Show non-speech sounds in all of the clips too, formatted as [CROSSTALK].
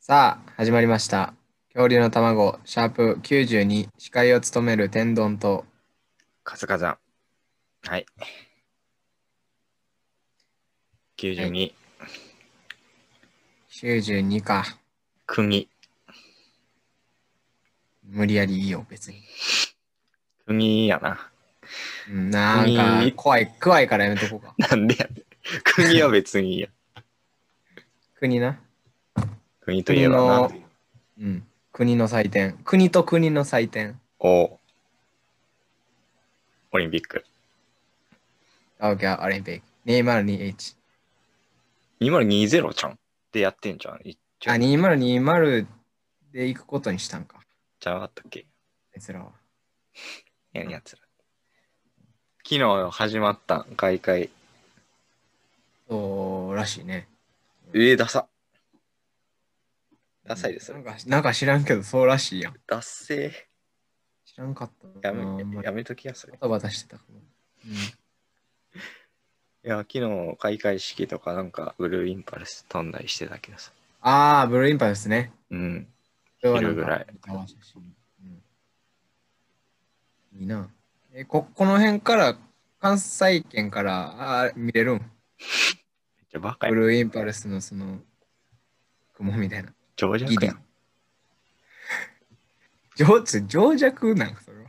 さあ、始まりました。恐竜の卵、シャープ92、司会を務める天丼と、カサカサ。はい。92、 92か。国。無理やりいいよ、別に。国やな。 [LAUGHS] うんなんいかい、怖い、怖いからやめとこうか。なんでやねん。国は別にいいや。国な。国といえばな国。うん。国の祭典。国と国の祭典。おオリンピック。東京オリンピック。2021。 2020ちゃんってやってんじゃん。いっちあ、ゃ2020で行くことにしたんか。ちゃうかったっけあいつらは。ややつら。昨日始まったん開会。そうらしいね。えー、ダサ。ダサいです。なんか、なんか知らんけど、そうらしいやん。ダッセ知らんかったーやなあんまめりやめときやそれバ。タバタしてたかも。うんいや、昨日開会式とかなんかブルーインパルス飛んだりしてたけどさ。ああ、ブルーインパルスね。うん。これはなんか昼ぐらい見たわ写真うんいいな。え、こ、この辺から、関西圏から、あー見れるんめっちゃバブカやん。ルーインパルスのその、雲みたいな。情弱ギリ [LAUGHS] やん。。情つ情弱なんかそれ [LAUGHS] は。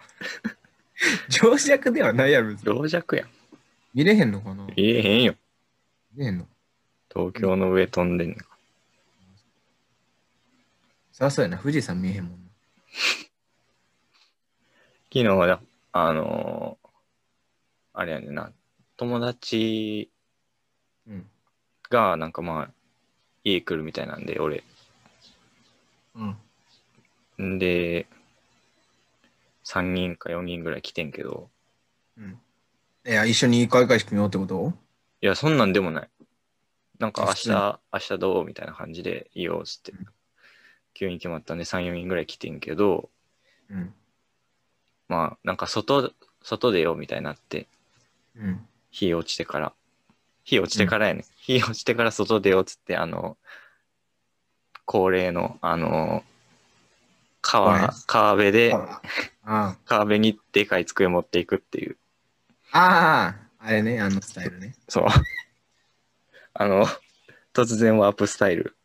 情弱ではないやろ、別に情弱やん。見れへんのかな見言えへんよ。れへんの東京の上飛んでんねん。そりゃそうやな、富士山見えへんもんな。昨日だ、あのーあれやねんな。友達うん。がなんかまあ、家来るみたいなんで、俺。うん。んで、3人か4人ぐらい来てんけど、うん。いや、一緒に開会式見ようってこといや、そんなんでもない。なんか明実際日、明日どうみたいな感じでいいよっつって、急に決まったんで3、4人ぐらい来てんけど、うん。まあ、なんか外、外出ようみたいになって、うん。日落ちてから、日落ちてからやね、日落ちてから外出ようっつって、あの、恒例の、あの、公園川、川辺で、ああ。川辺にでかい机持っていくっていう、ああ、あれね、あのスタイルね。そう。あの、突然ワープスタイル。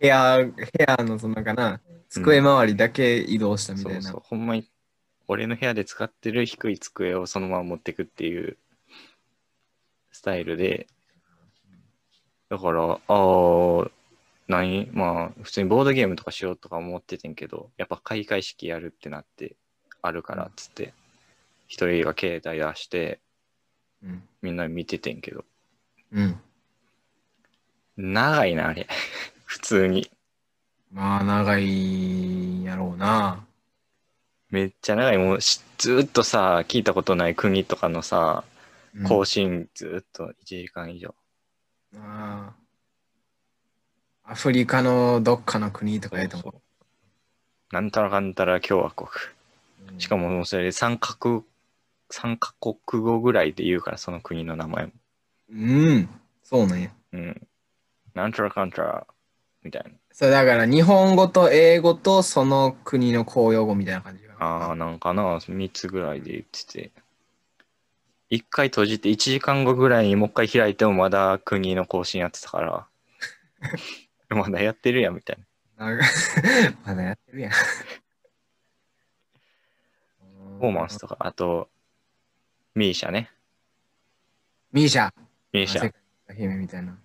部屋、部屋のそのかな、机周りだけ移動したみそたいうな。そう、ほんまに、俺の部屋で使ってる低い机をそのまま持ってくっていうスタイルで、だから、ああ、何まあ、普通にボードゲームとかしようとか思っててんけど、やっぱ開会式やるってなって、あるからっつって、一人が携帯出して、うん。みんな見ててんけど、うん。長いな、あれ。 [LAUGHS] 普通に。まあ、長いやろうな。めっちゃ長い。もうし、ずーっとさ、聞いたことない国とかのさ、うん更新ずーっと1時間以上。ああアフリカのどっかの国とか言うとそう思そうなんたらかんたら共和国。う。しかも。ももうそれ3カ国、三カ国語ぐらいで言うから、その国の名前も。うん。そうなんや。うん。なんたらかんたら、みたいそう、だから日本語と英語とその国の公用語みたいな感じ。な。ああ、なんかな、3つぐらいで言ってて。1回閉じて1時間後ぐらいにもう一回開いてもまだ国の更新やってたから、 [LAUGHS] まだやってるやんみたいな。なんか [LAUGHS] まだやってるやん。フォーマンスとか、あと、ミーシャね。ミーシャ。ミーシ世ャ。界の姫みたいな。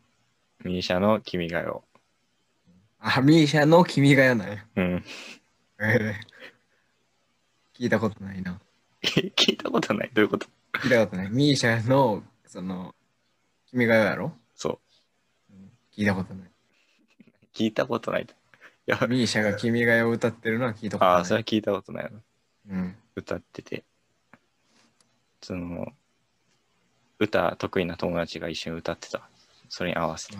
ミーシャの君が代。あ、ミーシャの君がやなんや。うん。 [LAUGHS] えー聞いたことないな。聞いたことない。どういうこと聞いたことない。ミーシャの、その、君が代やろそう。うん聞いたことない。聞いたことない。いや、ミーシャが君が代を歌ってるのは聞いたことない。ああ、それは聞いたことないな。うん。歌ってて。その、歌得意な友達が一緒に歌ってた。それに合わせて。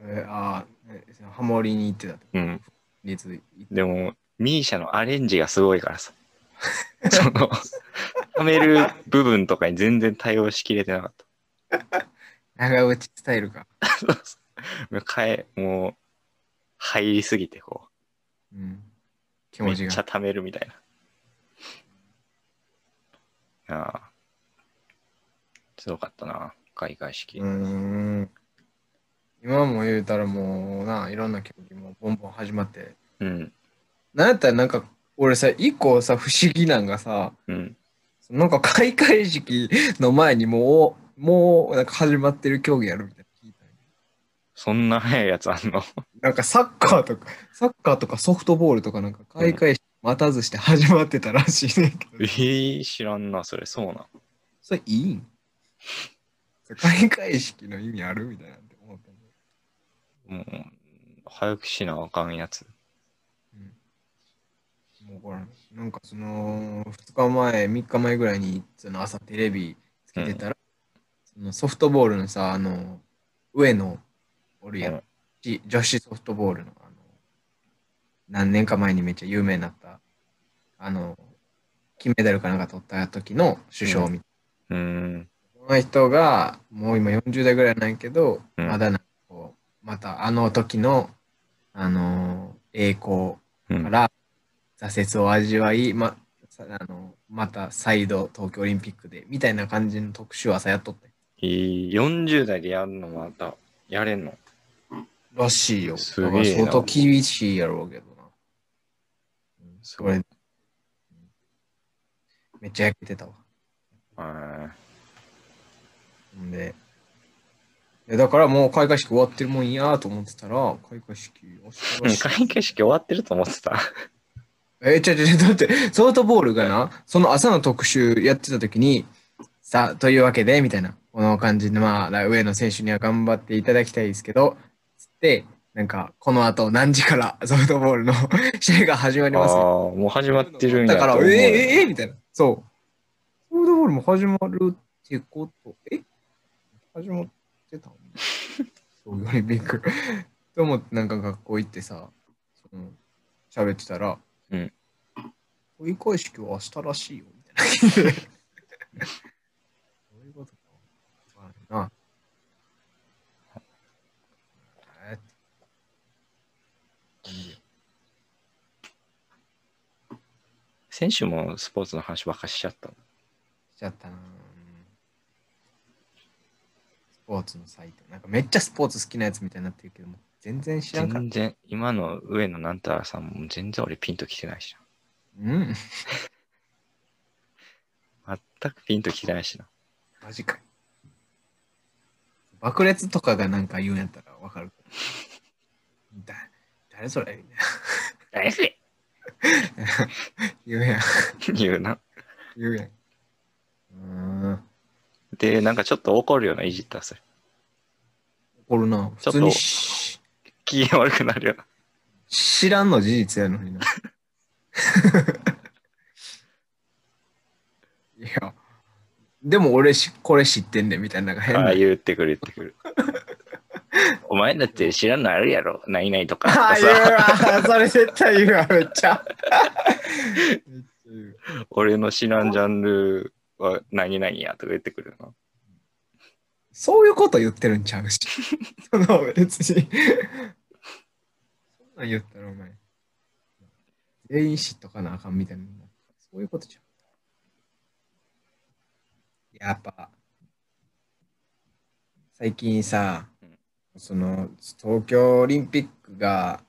えーあーえーハモリに行ってた。うん。リツイ行ってでも、ミーシャのアレンジがすごいからさ。 [LAUGHS] その、はめる部分とかに全然対応しきれてなかった。長渕スタイルか。もう変え、もう、入りすぎて、こうん。気う、め持ちっちゃが。溜めるみたいな。ああ。強かったな、開会式。うーん。今も言うたらもうな、いろんな競技もボンボン始まって。うん、なんやったらなんか、俺さ、一個さ、不思議なんがさ、うん、なんか開会式の前にもう、もうなんか始まってる競技やるみたいな聞いたんよそんな早いやつあんのなんかサッカーとか、サッカーとかソフトボールとかなんか開会式待たずして始まってたらしいねんけど [LAUGHS] え。ー、知らんな、それ、そうなん。それいいんそれ開会式の意味あるみたいなんて思ったんだもう、早くしなあかんやつ。けどもうこれ、なんかその、2日前、3日前ぐらいに、その朝テレビつけてたら、そのソフトボールのさ、あの、上野おるやんうんじ女子ソフトボールの、あの、何年か前にめっちゃ有名になった、あの、金メダルかなんか取った時の首相みたいなうーん、その人がもう今40代ぐらいなんやけど、うんまだなんかこうまたあの時の、あのー栄光うかん、ら挫折を味わい、まさあのまた再度東京オリンピックでみたいな感じの特集はさやっとったえー40代でやるのまた、やれんのらしいよ。すげえなだから相当厳しいやろうけどな。うんすごい俺めっちゃ焼けてたわ。あんで、いやだからもう開会式終わってるもんやと思ってたら、開会式明日らしいー開会式終わってると思ってた。え、ちゃちゃちゃ、だって、ソフトボールがな、その朝の特集やってた時に、さあ、というわけで、みたいな、この感じで、まあ、上野選手には頑張っていただきたいですけど、つって、なんか、この後何時からソフトボールの [LAUGHS] 試合が始まりああます。ー、もう始まってるんやだとから、思えー、うよえーえーみたいな。そう。ソフトボールも始まるってこと、え始まってたのそうよりびっくり。と思って、なんか学校行ってさ、その喋ってたら、うん。追い返式は明日らしいよ、みたいな。どういうことか。わからんな。えーって感じよ選手もスポーツの話ばっかしちゃった。しちゃったな。うんスポーツのサイト。なんかめっちゃスポーツ好きなやつみたいになってるけども、全然知らんかっ全然、今の上野なんたらさんも全然俺ピンときてないした。うん。 [LAUGHS] な。全くピンときてな [LAUGHS] いしな。マジか。爆裂とかがなんか言うんやったらわかるけど。だ誰それみたい大好きな言うやん。言うな。言うやん。うーん。で、なんかちょっと怒るようないじったらそれ。怒るな。ち普ょっと通にし機嫌悪くなるよな。知らんの事実やのにな。いや、でも俺しこれ知ってんねんみたいな、なんか変あなあ、。言ってくる言ってくる。お前だって知らんのあるやろ。ないないとか。ああ、言うさわ。それ絶対言うわ、めっちゃ。めっちゃ言う俺の知らんジャンルは何々やとか言ってくるよな。そういうこと言ってるんちゃうし。 [LAUGHS] その別に。そんなん言ったらお前。全員知っとかなあかんみたいな。そういうことちゃう。やっぱ、最近さうん、その東京オリンピックが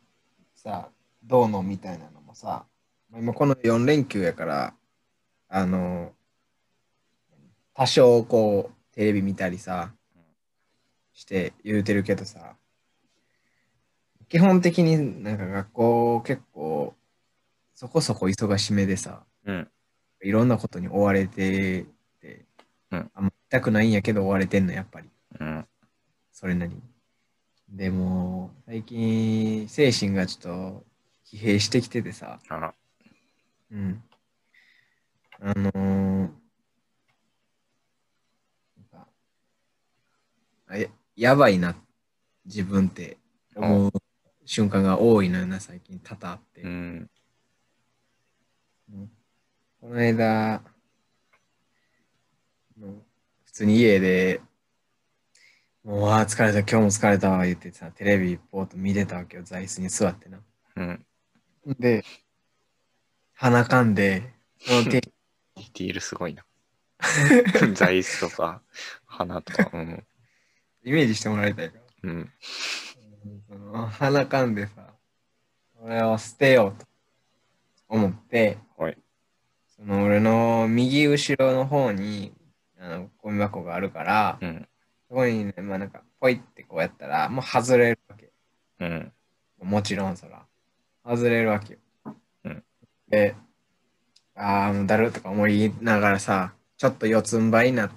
さ、どうのみたいなのもさ、まあ今この4連休やから、あの、多少こうテレビ見たりさして言うてるけどさ基本的になんか学校結構そこそこ忙しめでさうん。いろんなことに追われてて、うんあんま痛くないんやけど追われてんのやっぱりうん。それなりにでも最近精神がちょっと疲弊してきててさあら。うん。あのーなんかあや、やばいな、自分って思う瞬間が多いのよな、最近、多々あって。うん。うんこの間、あの普通に家で、もう、あー疲れた、今日も疲れたわ、言ってさ、テレビぼーっと見てたわけよ、座椅子に座ってな。うん。で、鼻かんで、その手ディティール [LAUGHS] すごいな。座椅子とか、花とか、うん。イメージしてもらいたいから。うん。その鼻かんでさ、俺を捨てようと思って、はいその俺の右後ろの方にあのゴミ箱があるから、うん。そこにね、まあなんか、ポイってこうやったら、もう外れるわけ。うん。もちろんそら。外れるわけよ。うんで、ああ、もうだるとか思いながらさ、ちょっと四つん這いになっ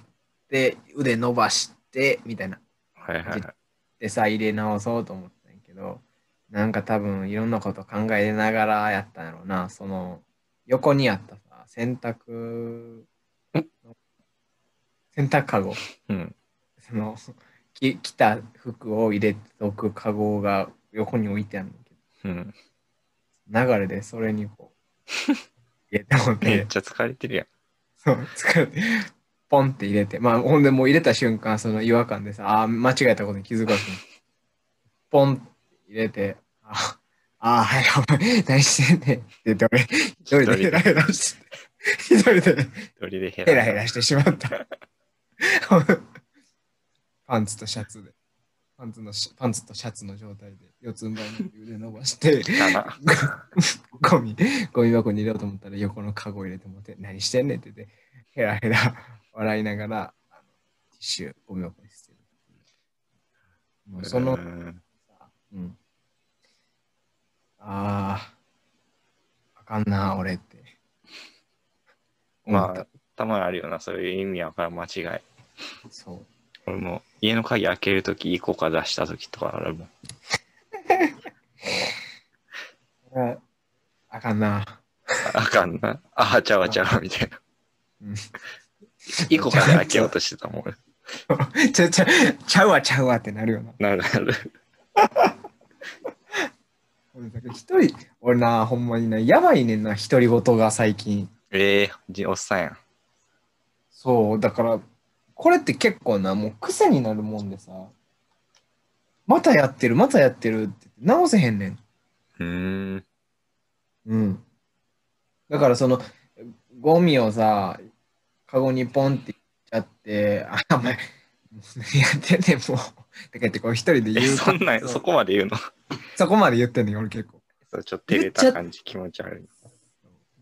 て、腕伸ばして、みたいな。はいはいはい。でさ入れ直そうと思ったんやけどなんか多分いろんなこと考えながらやったんやろうなその横にあったさ洗濯ん洗濯かごうん。そのき着た服を入れておくかごが横に置いてあるんだけうん。ど流れでそれにこう入れてもっめってちゃ疲れてるやん。そう疲れてポンって入れてまあほんでもう入れた瞬間その違和感でさあー間違えたことに気づかずにポンって入れてああーはいお前何してんねんって言って俺一人でヘラヘラして一人で一人でヘヘラヘラしてしまったパンツとシャツでパンツのしパンツとシャツの状態で四つん這いに腕伸ばしてたな。 [LAUGHS] ゴミ、ゴミ箱に入れようと思ったら横のカゴ入れてもらって、何してんねんって言って、ヘラヘラ [LAUGHS] 笑いながら、あのティッシュ、ゴミ箱に捨てる。もうその、うんうん。ああ、あかんな、俺って。まあ、たまにあるよな、そういう意味やから間違い。あ、そう。俺も家の鍵開けるとき、いこか出したときとかあるもん。これはあかんな。 [LAUGHS] あかんな。ああ、ちゃわちゃわみたいなうん。いこかで開けようとしてたもん。俺ちゃ、ちゃ、ちゃうわ、ちゃうわってなるよな。なるなる。俺だけど一人、俺な、ほんまにな、やばいねんな、独り言が最近。ええじおっさんやん。そう、だから、これって結構な、もう癖になるもんでさ、またやってる、またやってるって言って直せへんねん。うーん。うん。だからその、ゴミをさ、カゴにポンっていっちゃって、あ、お前、 [LAUGHS] もう何やってんねん、もう。とか言って、こう一人でえ、言うそんなん、そうそこまで言うのそこまで言ってんねん、俺結構。そうちょっと照れた感じ気持ち悪い。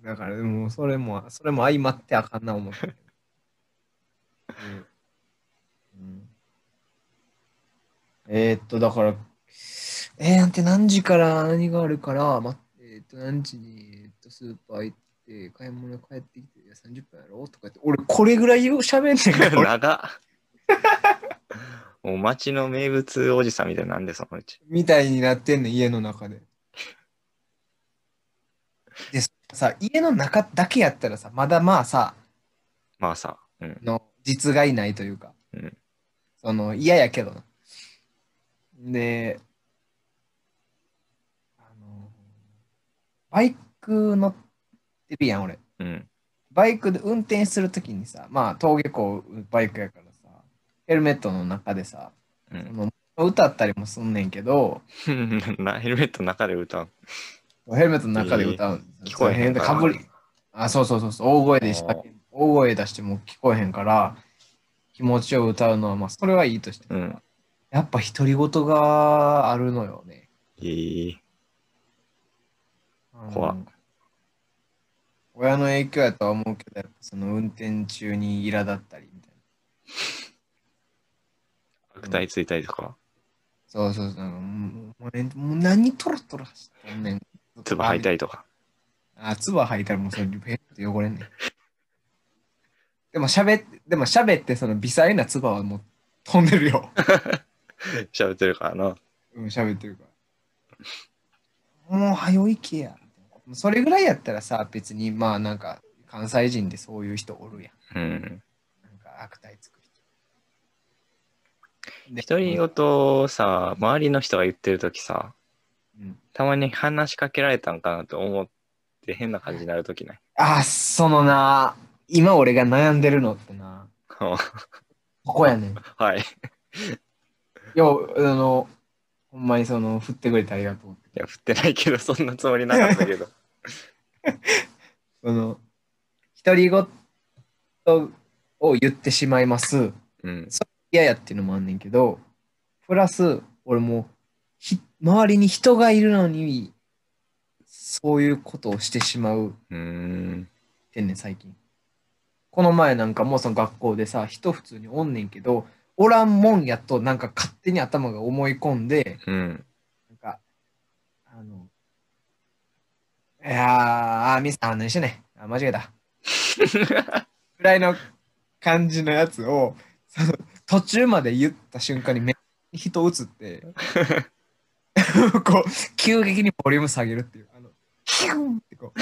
だから、もうそれも、それも相まってあかんな思って。 [LAUGHS] うんうんえーっと、だから、えー、なんて何時から何があるから、ま、えーっと、何時に、えーっと、スーパー行って、買い物帰ってきて、いや30分やろとか言って、俺、これぐらいよ喋んねん [LAUGHS] から俺、長っ。もう町の名物おじさんみたいなんで、そのうち。みたいになってんねん、家の中で。でさ、家の中だけやったらさ、まだまあさ、まあさ。うん。の実害ないというか、うんその嫌やけどな。で、あの、バイク乗ってるやん、俺。うん。バイクで運転するときにさ、まあ、登下校バイクやからさ、ヘルメットの中でさ、うそん。の歌ったりもすんねんけど、なヘルメットの中で歌う。ヘルメットの中で歌うんです聞よ。こえへんでからかぶり。あ、そうそうそうそう、大声でしあたー大声出しても聞こえへんから、気持ちを歌うのは、まあ、それはいいとして、うん。やっぱ独り言があるのよね。いい。うん怖っ親の影響やとは思うけど、やっぱその運転中に苛立ったりみたいな。悪態ついたりとか、そうそうそう。なんかもうもうねもう何トラトラしてんねん。唾吐いたい。りとか。あ、唾吐いたらもうそれペッて汚れんねん。でも喋って、でも喋ってその微細な唾はもう飛んでるよ。喋ってるからな。うん、喋ってるから。もう、早いけや。それぐらいやったらさ、別に、まあ、なんか、関西人でそういう人おるやうん。ん。なんか、悪態つく人。で独り言をさ、周りの人が言ってるときさ、うん、たまに話しかけられたんかなと思って変な感じになるとき [LAUGHS] ない。あ、そのな、今俺が悩んでるのってな、はここやねん。い。いや、あの、ほんまにその、振ってくれてありがとうって。いや、振ってないけど、そんなつもりなかったけど。その、独り言を言ってしまいます。 [LAUGHS] うん。嫌やっていうのもあんねんけど、プラス、俺もうひ、周りに人がいるのに、そういうことをしてしまううーん。てんねん、最近。この前なんかもうその学校でさ、人普通におんねんけど、おらんもんやとなんか勝手に頭が思い込んで、うん。なんか、あの、いやー、あミス、あ、何してね。あ、間違えた。ぐらいの感じのやつを、その途中まで言った瞬間にめ人打つって、こう、急激にボリューム下げるっていう、あの、キュンってこう、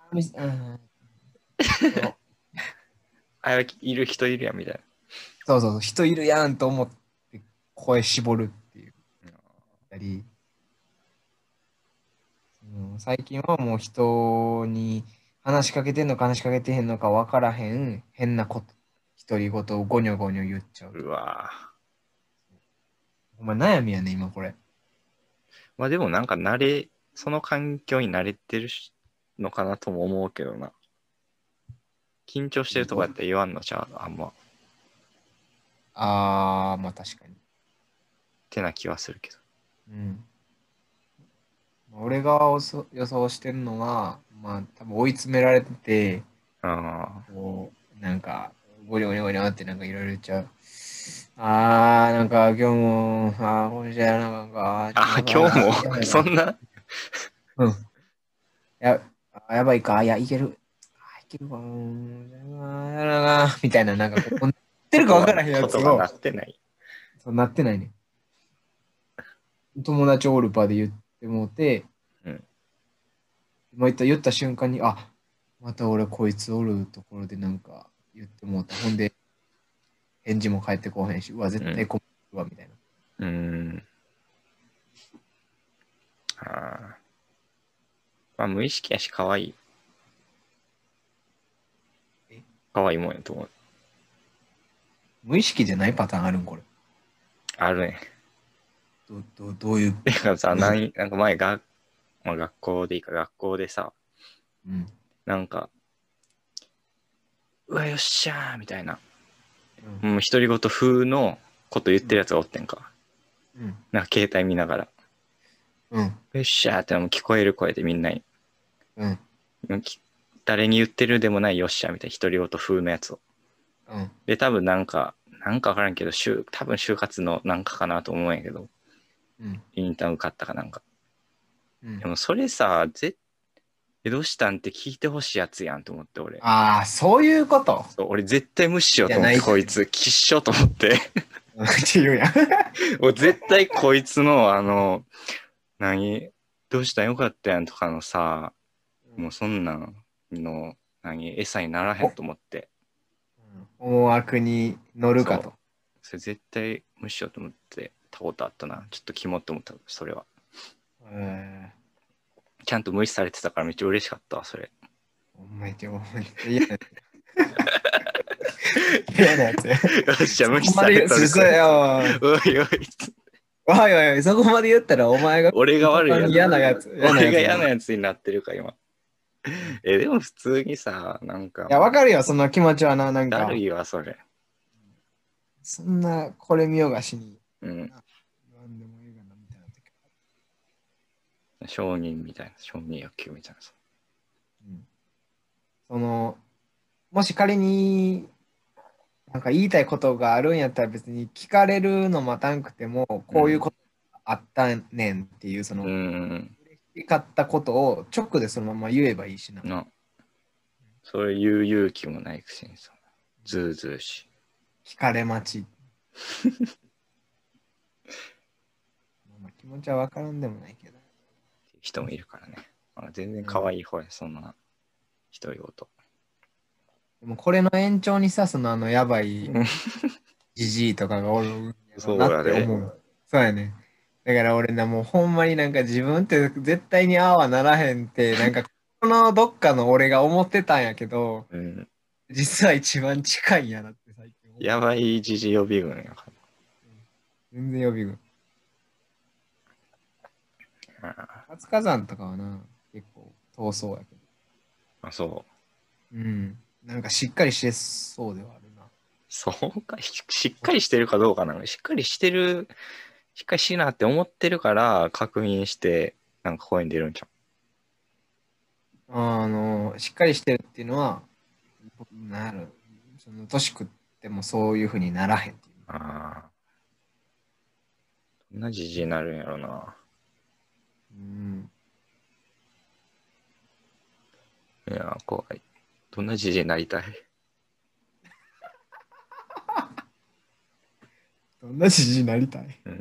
あ、ミス、あーそうあ、いる人いるやん、みたいそうそうそう、人いるやんと思って声絞るっていう。たり、その最近はもう人に話しかけてんのか話しかけてへんのか分からへん変なこと、独り言をゴニョゴニョ言っちゃな。う。うわぁ。お前悩みやね、今これ。まあでもなんか慣れ、その環境に慣れてるしのかなとも思うけどな。緊張してるとかやって言わんのちゃうあんま。っあー、まあ確かに。てな気はするけど。うん。俺がおそ予想してるのは、まあ多分追い詰められてて、あこう、なんか、ゴリゴリゴリゴリってなんかいろいろ言っちゃう。あー、なんか今日も、あー、今週やらなあかんかあ。あ、今日ちょ [LAUGHS] っともそんなやあやばいか、いや、いける。あいけるか、うーん、じゃあやらなあかんみたいな、なんかこう、言ってるか分からへんやつ言葉をな、ってない。そうなってないね。友達オールパーで言ってもうて、うんまあ言った言った瞬間に、あまた俺こいつおるところでなんか言ってもうた。ほんで、返事も返ってこうへんし、うわ、絶対困るわ、みたいな。うーん。ああ。まあ無意識やし可愛いえ。可愛いもんやと思う。無意識じゃないパターンあるん、これ。あるね。 [LAUGHS] どどどういう。てか [LAUGHS] さ、何、なんか前が、まあ、学校でいいか、学校でさ、うん。なんか、うわ、よっしゃーみたいな、うん。もう独り言風のこと言ってるやつがおってんか。うん。なんか携帯見ながら、うん。よっしゃーってのも聞こえる声でみんなに、うん。き誰に言ってるでもないよっしゃーみたいな独り言風のやつを。うん。で、多分なんか、なんかわからんけど、就多分就活のなんかかなと思うんやけど、うん。インターン受かったかなんか。うんでもそれさ、ぜえ、どうしたんって聞いてほしいやつやんと思って、俺。ああ、そういう [LAUGHS] こと。そう俺絶対無視しようと思いって、やないこいつ、きっしょと思って。 [LAUGHS] うんって言うやん。もう絶対こいつの、あの、何、どうしたんよかったやんとかのさ、もうそんなんの、何、餌にならへんと思って、思惑に乗るかと。それ絶対無視しようと思って、たことあったな。ちょっとキモって思った、それは。うんちゃんと無視されてたからめっちゃ嬉しかったわ、それ。お前って、お前って嫌なやつ。嫌なやつや。よっしゃ、無視そこさまでれ言うたでそこよ。おいおい、おいおい、そこまで言ったらお前が俺が悪いやつ。嫌なやつ嫌なやつ俺が嫌なやつになってるから、今。え、でも普通にさ、なんいか、や、わかるよ、その気持ちはな、なんだか、るいわ、それ。そんな、これ見よがしに、うん。言わんでもいいかな、みたいな時。承認みたいな、承認欲求みたいなさ。うんその、もし仮に、なんか言いたいことがあるんやったら別に聞かれるの待たんくても、こういうことがあったねんっていう、その、う嬉ん。しかったことを直でそのまま言えばいいしな。な。そういう勇気もないくせにさ、ずうずうしい。聞かれ待ち。 [LAUGHS] まあ気持ちは分からんでもないけど。人もいるからね。あ全然可愛い方や、そんな独りでもこれの延長にさ、そのあのやばいうんじじいとかがおるんそうややろなねって思う。そうやね。だから俺な、もうほんまになんか自分って絶対にああはならへんって、なんかこのどっかの俺が思ってたんやけど、言。うん。実は一番近いんやなって最近思う。やばいじじ予備軍やから。全然予備軍。あ活火山とかはな、結構遠そうやけど。あ、そう。うん。なんかしっかりしてそうではあるな。そうか、ししっかりしてるかどうかなしっかりしてる、しっかりしなって思ってるから、確認して、なんか声に出るんちゃあの、しっかりしてるっていうのは、なる。その年食ってもそういうふうにならへんっていう。うああ。どんなじじいになるんやろな。うん。いや、怖い。どんなじじいになりたいどんなじじになりたいうん。い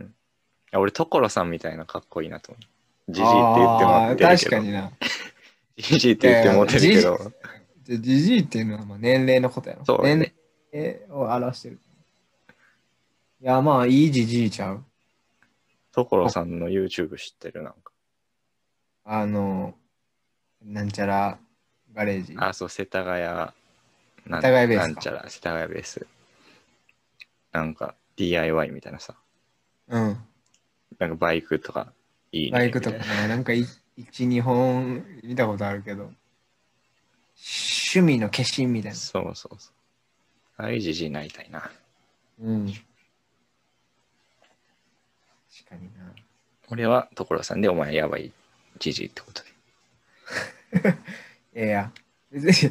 や俺、所さんみたいなかっこいいなと思う。じじいって言ってもってあーる確かけにど。な。じじいって言ってもってるいやけいやど。じじじいっていうのはまあ年齢のことやろ。そうだね。年齢を表してる。いや、まあ、いいじじいちゃう。所さんの YouTube 知ってるなんか。あの、なんちゃらガレージ。あ、そう、世田谷、な世田ん谷ベースかなんちゃら、世田谷ベース。なんか、DIY みたいなさ、うん。なんかバイクとか、いいね。バイクとかみたいね、なんかい一2本見たことあるけど、趣味の化身みたいな。な。そうそうそう。ああいうじじいになりたいな。うん。確かにな。俺は所さんで、お前やばいじじいってことで。いやいや、 [LAUGHS] 別に、そ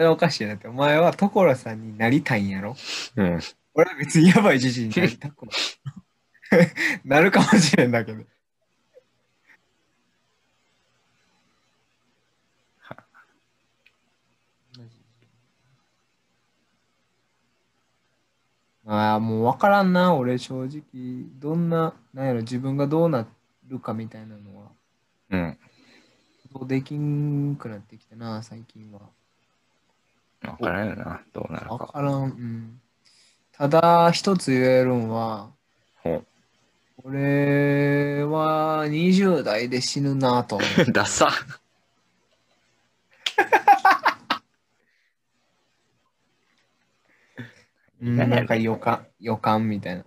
れはおかしいなって、お前は所さんになりたいんやろうん。俺は別にやばいじじいになりたくない。なるかもしれんだけど。まあもう分からんな、俺正直。どんな、なんやろ、自分がどうなるかみたいなのは、うん。どうできんくなってきたな、最近は。わからんよな、どうなる分 [LAUGHS] か。からん。うん、ただ、一つ言えるんは、ほ俺は20代で死ぬなと思う。うダサ [LAUGHS] うんなんか予感、予感みたいな。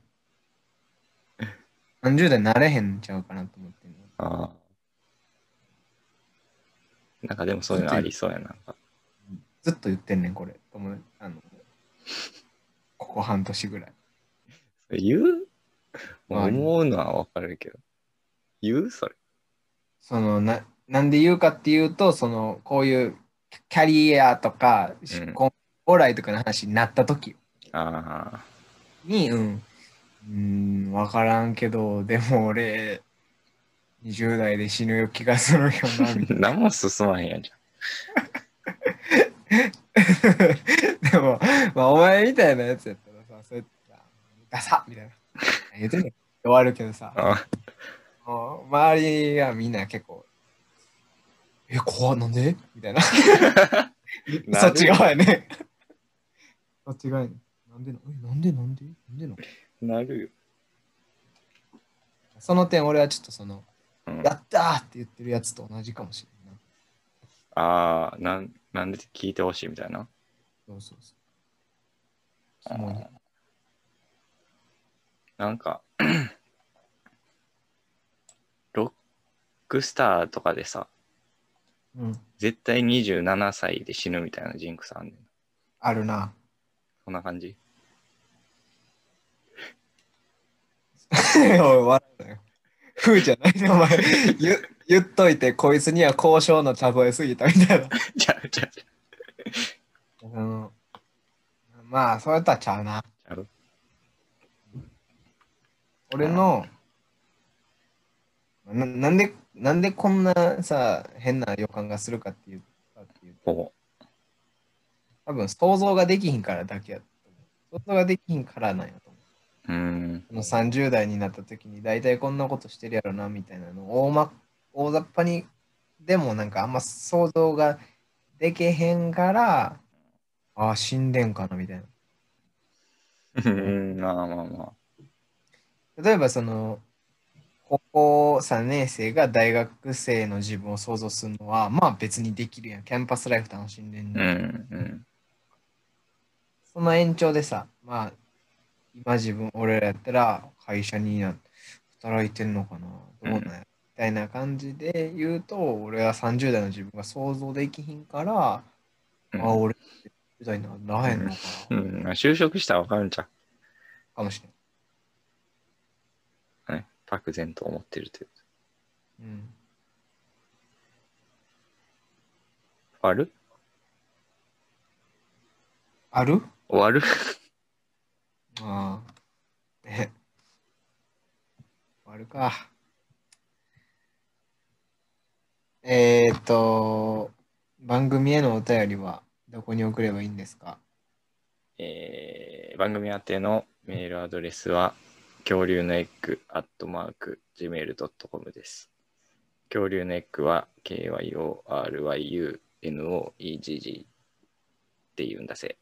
30代なれへんちゃうかなと思ってんの。あーなんかでもそういうのありそうやな。なんかずっと言ってんねん、これ。友達あのここ半年ぐらい。言うまあ思うのはわかるけど。言うそれ。そのな、なんで言うかっていうと、その、こういうキャリアとか、うん今将来とかの話になった時ああ。に、うん、うん、わからんけど、でも俺、20代で死ぬよ気がするよな、 [LAUGHS] みたい何も進まへんやんじな。でも、まあ、お前みたいなやつやったらさ、そうやってさ、ダサッみたいな。言ってんねん終わるけどさ、ゃん。あもう周りがみんな結構、え、怖っなんでみたいな。なそるっち側やね。そっち側やね。なんでのえ、なんでなんでなんでのなるよ。その点俺はちょっとその、うん、やあったーって言ってるやつと同じかもしれんない。あー、なんなんで聞いてほしいみたいな。そうそうそう。キモいねなんか、 [CLEARS THROAT] ロックスターとかでさ、うん。絶対27歳で死ぬみたいなジンクさんあんねん。あるな。そんな感じおい、笑うなよ。ふうじゃないね、 [LAUGHS] お前。言言っといて、こいつには交渉の茶添えすぎたみたいな。じゃあ、じゃあ、じあのまあ、それとはちゃうな。ゃあ、俺の、ななんで、なんでこんなさ、変な予感がするかっていうかっていうとほ多分想像ができひんからだけやと思う。想像ができひんからなんやと思う。う。うーん。 [LAUGHS] この30代になった時に大体こんなことしてるやろなみたいなのを大,、ま、大雑把にでもなんかあんま想像ができへんからああ死んでんかなみたいなうーん、まあまあまあ。例えばその高校3年生が大学生の自分を想像するのはまあ別にできるやんキャンパスライフ楽しんでんうねん、ん、うん。その延長でさまあ今自分俺らやったら会社になん働いてんのかなどうなんやみたいな感じで言うと、俺は30代の自分が想像できひんから、うんあ、俺みたいならへんのかうな、ん、就職したらわかるんちゃかもしれん。う。はい。漠然と思ってるという。うん、終わるある終わるああ。え。終わるか。えーっと、番組へのお便りはどこに送ればいいんですかえー、番組宛てのメールアドレスは、恐竜のエッグアットマーク gmail.com です。恐竜のエッグは kyoryunoegg って言うんだぜ。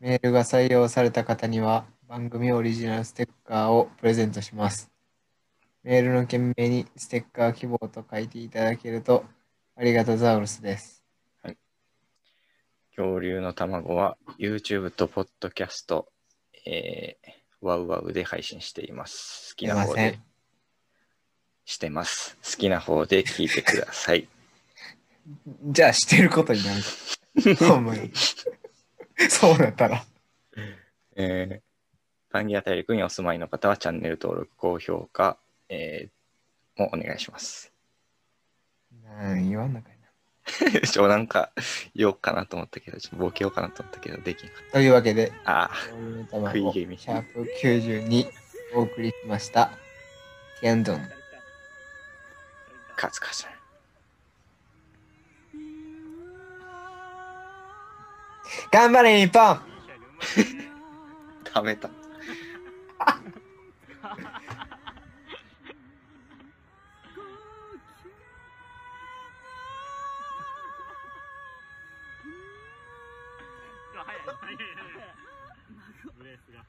メールが採用された方には番組オリジナルステッカーをプレゼントします。メールの件名にステッカー希望と書いていただけるとありがたザウルスです。恐竜の卵は YouTube と Podcast、えー、ワウワウで配信しています。好きすいなま方せでん。してます。好きな方で聞いてください。じゃあしてることになる [LAUGHS] から。ほんまに。そうなったら。えー、パンギア大陸にお住まいの方はチャンネル登録、高評価、えー、もお願いします。 [LAUGHS] なん言わんのかいな。ちょ、なんか言おうかなと思ったけど、ちょっとボケようかなと思ったけど、できんかっというわけで、た。ああ、俺の食い卵気味シャープ92お送りしました。キャンドン。カツカツ。頑張れ日本食べた。早い。ブレースが。